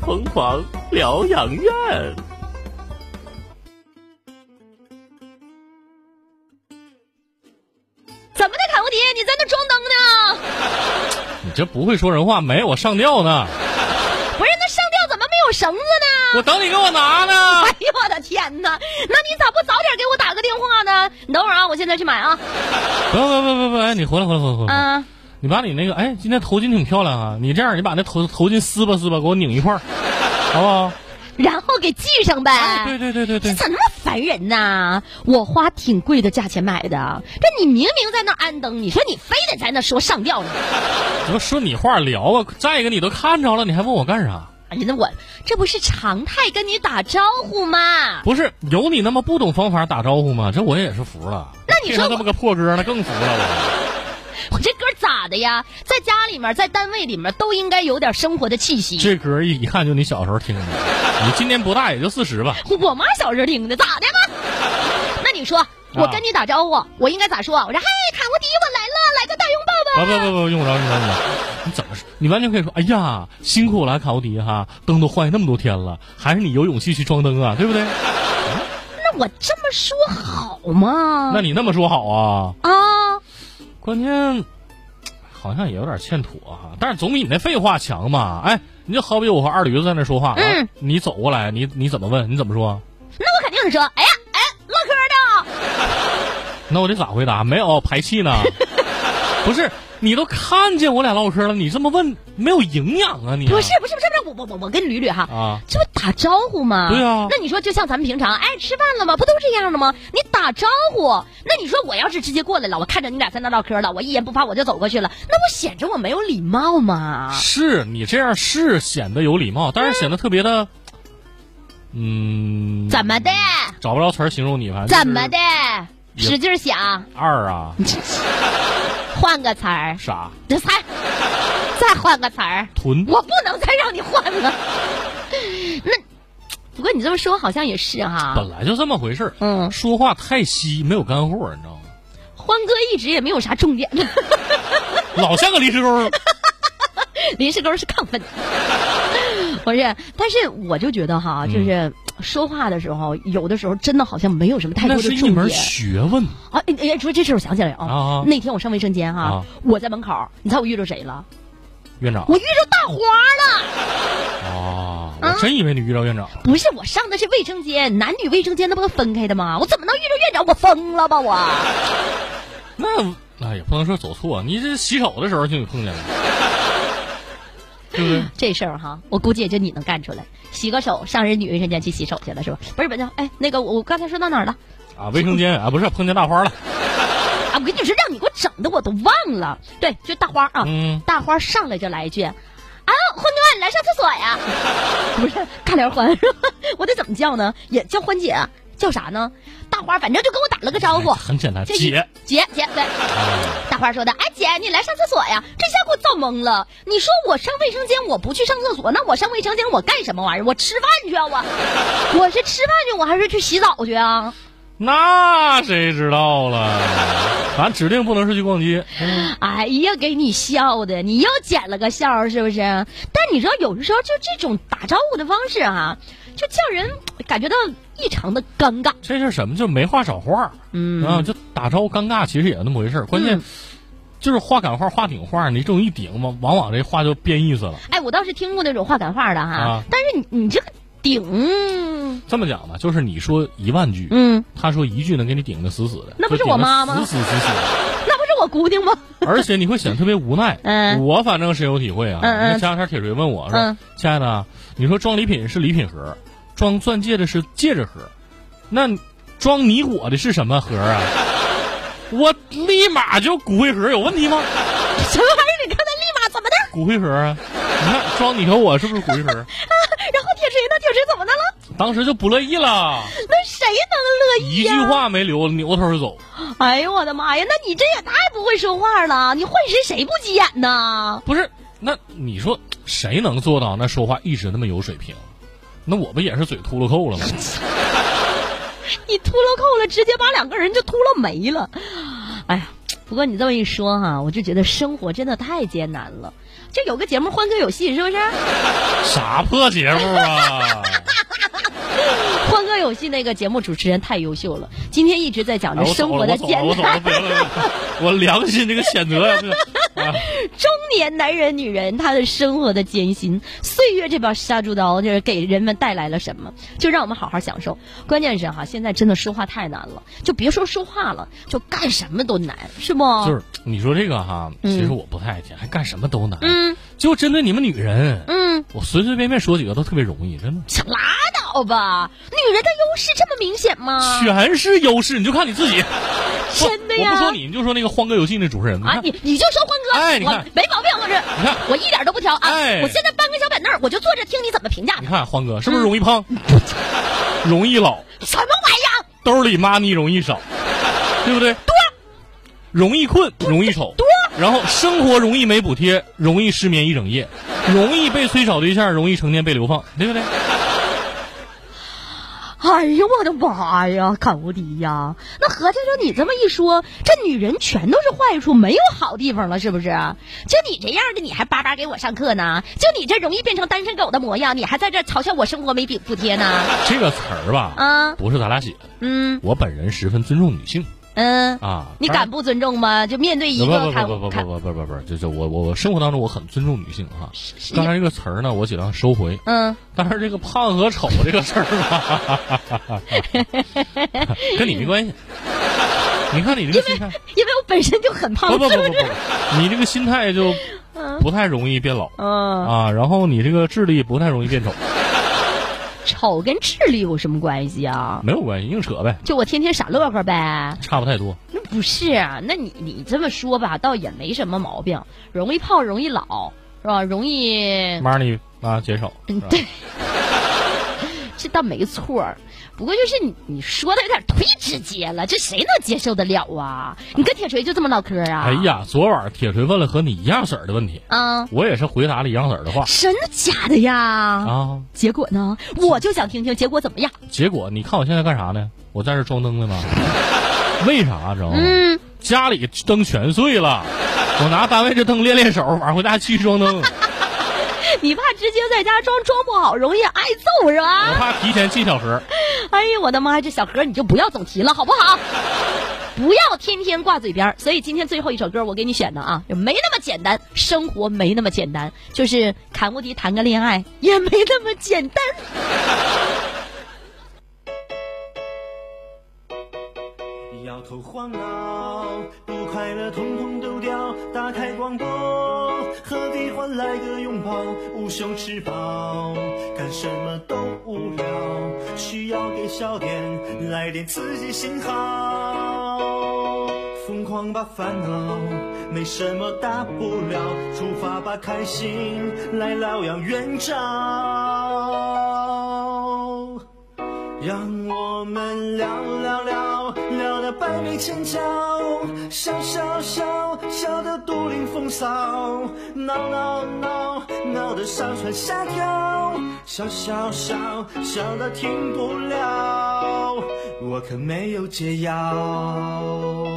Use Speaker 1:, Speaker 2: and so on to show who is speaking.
Speaker 1: 疯狂疗养院。
Speaker 2: 怎么的，凯无敌？你在那装灯呢？
Speaker 1: 你这不会说人话，没我上吊呢，
Speaker 2: 不是，那上吊怎么没有绳子呢？
Speaker 1: 我等你给我拿呢。
Speaker 2: 哎呦我的天哪！那你咋不早点给我打个电话呢？你等会儿啊，我现在去买啊。
Speaker 1: 不不不不不，哎，你回来回来回来回来。
Speaker 2: 嗯，
Speaker 1: 你把你那个，哎，今天头巾挺漂亮啊！你这样，你把那头头巾撕吧撕吧，给我拧一块 儿，好不好？哎
Speaker 2: 然后给系上呗。
Speaker 1: 对对对对对，
Speaker 2: 咋那么烦人呐？我花挺贵的价钱买的，这你明明在那儿安灯，你说你非得在那说上吊呢？
Speaker 1: 你说说你话聊啊！再一个，你都看着了，你还问我干啥？
Speaker 2: 哎呀，那我这不是常态跟你打招呼吗？
Speaker 1: 不是有你那么不懂方法打招呼吗？这我也是服了。
Speaker 2: 那你说
Speaker 1: 配上这么个破歌，那更服了我。
Speaker 2: 我这歌咋的呀？在家里面，在单位里面都应该有点生活的气息。
Speaker 1: 这歌一一看就你小时候听的，你今年不大，也就四十吧。
Speaker 2: 我妈小时候听的，咋的吧？ 那你
Speaker 1: 啊
Speaker 2: 说，我跟你打招呼，我应该咋说？我说嗨，卡无敌，我来了，来个大拥抱
Speaker 1: 不
Speaker 2: 吧。
Speaker 1: 不不不，用不着用不着用不着。你怎么说？你完全可以说，哎呀，辛苦了，卡奥迪哈，灯都换那么多天了，还是你有勇气去装灯啊，对不对？
Speaker 2: 那我这么说好吗？
Speaker 1: 那你那么说好啊？
Speaker 2: 啊，
Speaker 1: 关键好像也有点欠妥哈、但是总比你那废话强嘛。哎，你就好比我和二驴子在那说话，
Speaker 2: 嗯
Speaker 1: 啊，你走过来，你你怎么问？你怎么说？
Speaker 2: 那我肯定是说，哎呀，哎，唠
Speaker 1: 哎
Speaker 2: 嗑的。
Speaker 1: 那我得咋回答？没有哦排气 呢？不是，你都看见我俩唠嗑了，你这么问没有营养啊你啊
Speaker 2: 不是不是不是不是，我我我我跟你捋捋哈，
Speaker 1: 啊，
Speaker 2: 这不打招呼吗？
Speaker 1: 对啊
Speaker 2: 那你说就像咱们平常，哎，吃饭了吗？不都这样的吗？你打招呼，那你说我要是直接过来了，我看着你俩在那唠嗑了，我一言不发我就走过去了，那不显着我没有礼貌吗？
Speaker 1: 是你这样是显得有礼貌，但是显得特别的，嗯，
Speaker 2: 怎么的？
Speaker 1: 找不着词儿形容你，反正就是
Speaker 2: 怎么的？
Speaker 1: 也
Speaker 2: 使劲 想，
Speaker 1: 二啊，
Speaker 2: 换个词儿，
Speaker 1: 傻
Speaker 2: 这才再换个词儿，
Speaker 1: 臀，
Speaker 2: 我不能再让你换了。那不过你这么说好像也是哈，
Speaker 1: 本来就这么回事儿。
Speaker 2: 嗯，
Speaker 1: 说话太稀，没有干货，你知道吗？
Speaker 2: 欢哥一直也没有啥重点。
Speaker 1: 老像个临时工。
Speaker 2: 临时工是亢奋的，不是？但是我就觉得
Speaker 1: 嗯
Speaker 2: 哈，就是说话的时候，有的时候真的好像没有什么 太多
Speaker 1: 那
Speaker 2: 的
Speaker 1: 是一
Speaker 2: 重
Speaker 1: 门
Speaker 2: 点。
Speaker 1: 学问。
Speaker 2: 啊，哎哎，说这事儿我想起来了
Speaker 1: 啊啊
Speaker 2: 啊，那天我上卫生间哈
Speaker 1: 啊，
Speaker 2: 我在门口，你猜我遇着谁了？
Speaker 1: 院长
Speaker 2: 我遇着大花了。
Speaker 1: 啊，
Speaker 2: 啊
Speaker 1: 我真以为你遇到院长了。
Speaker 2: 不是，我上的是卫生间，男女卫生间那不都分开的吗？我怎么能遇着院长？我疯了吧我？
Speaker 1: 那那也不能说走错，你这洗手的时候就给碰见了，对不对？
Speaker 2: 这事儿哈，我估计也就你能干出来。洗个手，上人女卫生间去洗手去了是吧？不是，不是，哎，那个我我刚才说到哪儿了？
Speaker 1: 啊，卫生间啊，不是碰见大花了。
Speaker 2: 啊，我跟你说，让你给我整的我都忘了。对，就大花啊，
Speaker 1: 嗯，
Speaker 2: 大花上来就来一句：“啊，欢哥，你来上厕所呀？” 不是尬聊欢， 我得怎么叫呢？也叫欢姐，啊叫啥呢？大花，反正就跟我打了个招呼
Speaker 1: 哎。很简单，
Speaker 2: 这一
Speaker 1: 姐。
Speaker 2: 姐姐对，大花说的：“哎，姐，你来上厕所呀？”这下给我造懵了。你说我上卫生间，我不去上厕所，那我上卫生间我干什么玩意儿？我吃饭去啊！我我是吃饭去，我还是去洗澡去啊？
Speaker 1: 那谁知道了？咱指定不能是去逛街。
Speaker 2: 哎呀，给你笑的，你又捡了个笑儿是不是？但你知道，有的时候就这种打招呼的方式啊，就叫人感觉到异常的尴尬。
Speaker 1: 这是什么？就没话找话。
Speaker 2: 嗯，
Speaker 1: 啊，就打招呼尴尬，其实也那么回事儿。关键、
Speaker 2: 嗯
Speaker 1: 就是话赶话，话顶话，你这种一顶，往往往这话就变意思了。
Speaker 2: 哎，我倒是听过那种话赶话的哈，
Speaker 1: 啊
Speaker 2: 但是你你这个顶，
Speaker 1: 这么讲吧，就是你说一万句，
Speaker 2: 嗯，
Speaker 1: 他说一句能给你顶的死死的，
Speaker 2: 那不是
Speaker 1: 就顶
Speaker 2: 我
Speaker 1: 得
Speaker 2: 妈吗
Speaker 1: 死死死死的，
Speaker 2: 那不是我姑娘吗？
Speaker 1: 而且你会显得特别无奈。
Speaker 2: 嗯
Speaker 1: 我反正深有体会啊。
Speaker 2: 嗯嗯
Speaker 1: 那前两天铁锤问我说：“
Speaker 2: 嗯
Speaker 1: 亲爱的啊，你说装礼品是礼品盒，装钻戒的是戒指盒，那装你我的是什么盒啊？” 我立马就骨灰盒有问题吗？
Speaker 2: 什么玩意儿？你刚才立马怎么的？
Speaker 1: 骨灰盒啊！你看装你和我是不是骨灰盒？
Speaker 2: 然后铁锤呢？铁锤怎么的了？
Speaker 1: 当时就不乐意了，
Speaker 2: 那谁能乐意
Speaker 1: 一
Speaker 2: 哎
Speaker 1: 句
Speaker 2: 呀、
Speaker 1: 话没留，扭头就走。
Speaker 2: 哎呦我的妈呀！那你这也太不会说话了，你换谁谁不急眼呢？
Speaker 1: 不是，那你说谁能做到那说话一直那么有水平？那我不也是嘴秃噜扣了吗？
Speaker 2: 你秃噜扣了，直接把两个人就秃噜没了。哎呀，不过你这么一说哈、我就觉得生活真的太艰难了。就有个节目《欢歌有戏》，是不是？
Speaker 1: 啥破节目 啊！
Speaker 2: 欢歌有戏那个节目主持人太优秀了，今天一直在讲
Speaker 1: 哎
Speaker 2: 着
Speaker 1: 我
Speaker 2: 生
Speaker 1: 走
Speaker 2: 活
Speaker 1: 了，
Speaker 2: 的
Speaker 1: 我走了，
Speaker 2: 艰
Speaker 1: 我走了，
Speaker 2: 难。
Speaker 1: 不行了， 我良心这个谴责呀！这啊
Speaker 2: 中年男人、女人，他的生活的艰辛，岁月这把杀猪刀，就是给人们带来了什么？就让我们好好享受。关键是哈，现在真的说话太难了，就别说说话了，就干什么都难，是不？
Speaker 1: 就是你说这个哈，
Speaker 2: 嗯
Speaker 1: 其实我不太爱听，还干什么都难。
Speaker 2: 嗯
Speaker 1: 就针对你们女人，
Speaker 2: 嗯，
Speaker 1: 我随随便便说几个都特别容易，真的，
Speaker 2: 想拉倒吧，女人的优势这么明显吗？
Speaker 1: 全是优势。你就看你自己，
Speaker 2: 嗯 真的
Speaker 1: 我
Speaker 2: 呀
Speaker 1: 不说你，你就说那个欢歌有戏那主持人，你
Speaker 2: 啊，
Speaker 1: 看，
Speaker 2: 你你就说欢哥，
Speaker 1: 哎你
Speaker 2: 我
Speaker 1: 看
Speaker 2: 没毛病，我这
Speaker 1: 看
Speaker 2: 我一点都不挑啊！
Speaker 1: 哎
Speaker 2: 我现在搬个小板凳儿，我就坐着听你怎么评价
Speaker 1: 你看欢哥
Speaker 2: 嗯
Speaker 1: 是不是容易胖， 容易老，
Speaker 2: 什么玩意儿，
Speaker 1: 兜里妈咪容易少，对不对？多，
Speaker 2: 啊
Speaker 1: 容易困，容易丑，
Speaker 2: 多，
Speaker 1: 然后生活容易没补贴，容易失眠一整夜，容易被催找对象，容易成天被流放，对不对？
Speaker 2: 哎呀，我的妈呀，砍无敌呀！那合计着你这么一说，这女人全都是坏处，没有好地方了，是不是？就你这样的，你还巴巴给我上课呢？就你这容易变成单身狗的模样，你还在这嘲笑我生活没补补贴呢？
Speaker 1: 这个词儿吧，
Speaker 2: 啊，
Speaker 1: 不是咱俩写的，
Speaker 2: 嗯
Speaker 1: 我本人十分尊重女性
Speaker 2: 嗯，
Speaker 1: 啊。
Speaker 2: 你
Speaker 1: 当然
Speaker 2: 敢不尊重吗？就面对一
Speaker 1: 不
Speaker 2: 个
Speaker 1: 不
Speaker 2: 看
Speaker 1: 啊不不不
Speaker 2: 看，
Speaker 1: 不不不不，就是我我我生活当中我很尊重女性哈。刚才这个词儿呢，我尽量收回。
Speaker 2: 嗯，
Speaker 1: 但是这个胖和丑这个事儿 吧，跟你没关系。你看你这个心态，
Speaker 2: 因为我本身就很胖，
Speaker 1: 不不不
Speaker 2: 是
Speaker 1: 不
Speaker 2: 是？
Speaker 1: 不，你这个心态就
Speaker 2: 嗯
Speaker 1: 不太容易变老
Speaker 2: 嗯，
Speaker 1: 啊，然后你这个智力不太容易变丑，
Speaker 2: 丑跟智力有什么关系啊？
Speaker 1: 没有关系，硬扯呗，
Speaker 2: 就我天天傻乐呵呗。
Speaker 1: 差不太多。
Speaker 2: 那不是啊，那你你这么说吧，倒也没什么毛病，容易胖，容易老，是吧？容易
Speaker 1: money 啊减少，是吧
Speaker 2: 这倒没错儿。不过就是你你说的有点忒直接了，这谁能接受得了啊？你跟铁锤就这么唠嗑啊？
Speaker 1: 哎，呀，昨晚铁锤问了和你一样色儿的问题，
Speaker 2: 啊，
Speaker 1: 我也是回答了一样色儿的话
Speaker 2: 真的假的呀？
Speaker 1: 啊。
Speaker 2: 结果呢？我就想听听结果怎么样。
Speaker 1: 结果你看我现在干啥呢？我在这装灯呢吗？为啥知道吗？
Speaker 2: 嗯，
Speaker 1: 家里灯全碎了，我拿单位这灯练练手，晚上回家继续装灯。
Speaker 2: 你怕直接在家装装不好，容易挨揍是
Speaker 1: 我
Speaker 2: 吧？
Speaker 1: 怕提前进小盒。
Speaker 2: 哎呦我的妈！这小何你就不要总提了好不好？不要天天挂嘴边儿。所以今天最后一首歌我给你选的啊，就没那么简单，生活没那么简单，就是砍无敌谈个恋爱也没那么简单。
Speaker 3: 摇头晃脑，不快乐统统丢掉。打开广播，何必换来个拥抱？无胸吃饱，干什么都无聊，需要给笑点来点刺激信号。疯狂吧烦恼，没什么大不了，出发吧开心，来老阳远照。让我们聊聊聊，聊得百媚千娇，笑笑笑，笑得独领风骚，闹闹闹，闹得上蹿下跳，笑笑笑，笑得停不了，我可没有解药。